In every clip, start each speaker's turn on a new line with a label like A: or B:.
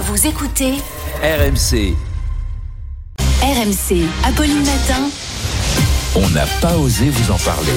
A: Vous écoutez
B: RMC,
A: RMC, Apolline Matin.
C: Ah,
B: on n'a pas osé vous en parler.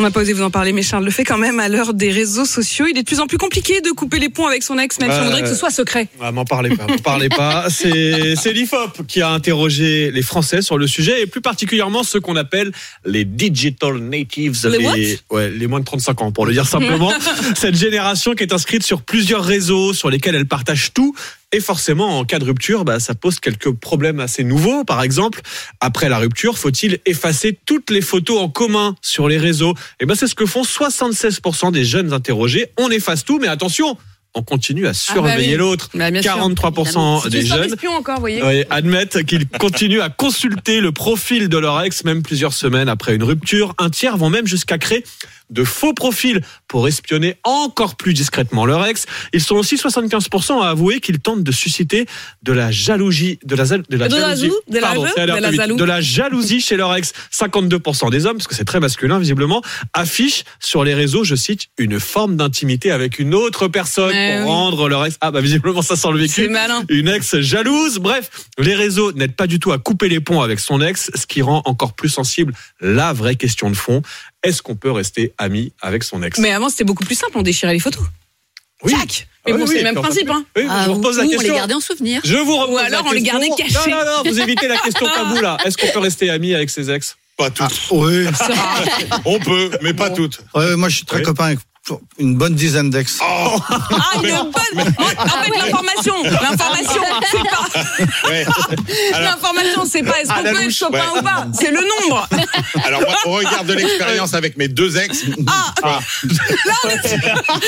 D: On n'a pas osé vous en parler, mais Charles le fait quand même à l'heure des réseaux sociaux. Il est de plus en plus compliqué de couper les ponts avec son ex, même si on voudrait que ce soit secret.
E: Ah, m'en parlez pas, m'en parlez pas. C'est c'est l'IFOP qui a interrogé les Français sur le sujet et plus particulièrement ceux qu'on appelle les digital natives,
D: Les what
E: ouais, les moins de 35 ans pour le dire simplement. Cette génération qui est inscrite sur plusieurs réseaux sur lesquels elle partage tout. Et forcément, en cas de rupture, bah, ça pose quelques problèmes assez nouveaux. Par exemple, après la rupture, faut-il effacer toutes les photos en commun sur les réseaux Et ben, c'est ce que font 76% des jeunes interrogés. On efface tout, mais attention, on continue à
D: Ah bah oui.
E: surveiller l'autre.
D: Bah, bien sûr.
E: 43%
D: C'est
E: des
D: juste un
E: jeunes
D: espion encore, vous voyez.
E: oui, admettent qu'ils continuent à consulter le profil de leur ex, même plusieurs semaines après une rupture. Un tiers vont même jusqu'à créer de faux profils pour espionner encore plus discrètement leur ex. Ils sont aussi 75% à avouer qu'ils tentent de susciter de la jalousie, de la, zal- de la
D: De la
E: jalousie,
D: zou, de la
E: Pardon,
D: jeu,
E: c'est allé
D: de
E: un
D: la
E: peu vite.
D: zalou.
E: de la jalousie chez leur ex. 52% des hommes, parce que c'est très masculin visiblement, affichent sur les réseaux, je cite, une forme d'intimité avec une autre personne
D: Eh
E: pour
D: oui.
E: rendre leur ex. Ah bah visiblement ça sent le vécu
D: C'est malin.
E: une ex jalouse. Bref, les réseaux n'aident pas du tout à couper les ponts avec son ex, ce qui rend encore plus sensible la vraie question de fond. Est-ce qu'on peut rester ami avec son ex
D: Mais avant, c'était beaucoup plus simple, on déchirait les photos.
E: Oui.
D: Tac Mais
E: Ah oui,
D: bon,
E: oui,
D: c'est le même
E: puis on
D: principe,
E: peut-
D: hein.
E: Oui, je vous repose la
C: ou on les
E: question.
C: gardait en souvenir.
E: Je vous repose
D: Ou
E: la
D: alors on les
E: question.
D: gardait cachés.
E: Non, non, non, vous évitez la question tabou là. Est-ce qu'on peut rester ami avec ses ex
F: Pas toutes. oui. On peut, mais pas toutes.
G: Ouais, moi, je suis très
E: Oui.
G: copain avec une bonne dizaine d'ex.
D: Ah, une bonne. En fait, l'information, l'information, c'est pas.
F: Ouais. Alors-
D: L'information, c'est pas est-ce qu'on
F: Ah, la
D: peut être
F: louche.
D: copain
F: Ouais.
D: ou pas. C'est le nombre.
F: Alors, moi, au regard de l'expérience avec mes deux ex,
D: Ah,
F: ah, je suis
D: Alors,
F: pas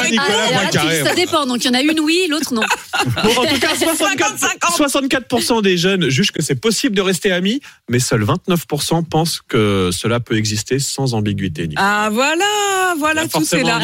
D: avec-
F: Nicolas, moi,
C: Ah, tu-
F: carré.
C: ça dépend, donc il y en a une oui, l'autre non.
D: ah,
E: Bon, en tout cas, 64, 64% des jeunes jugent que c'est possible de rester amis, mais seuls 29% pensent que cela peut exister sans ambiguïté. Nicolas.
D: ah voilà, voilà,
E: Là,
D: tout c'est
E: forcément,
D: là.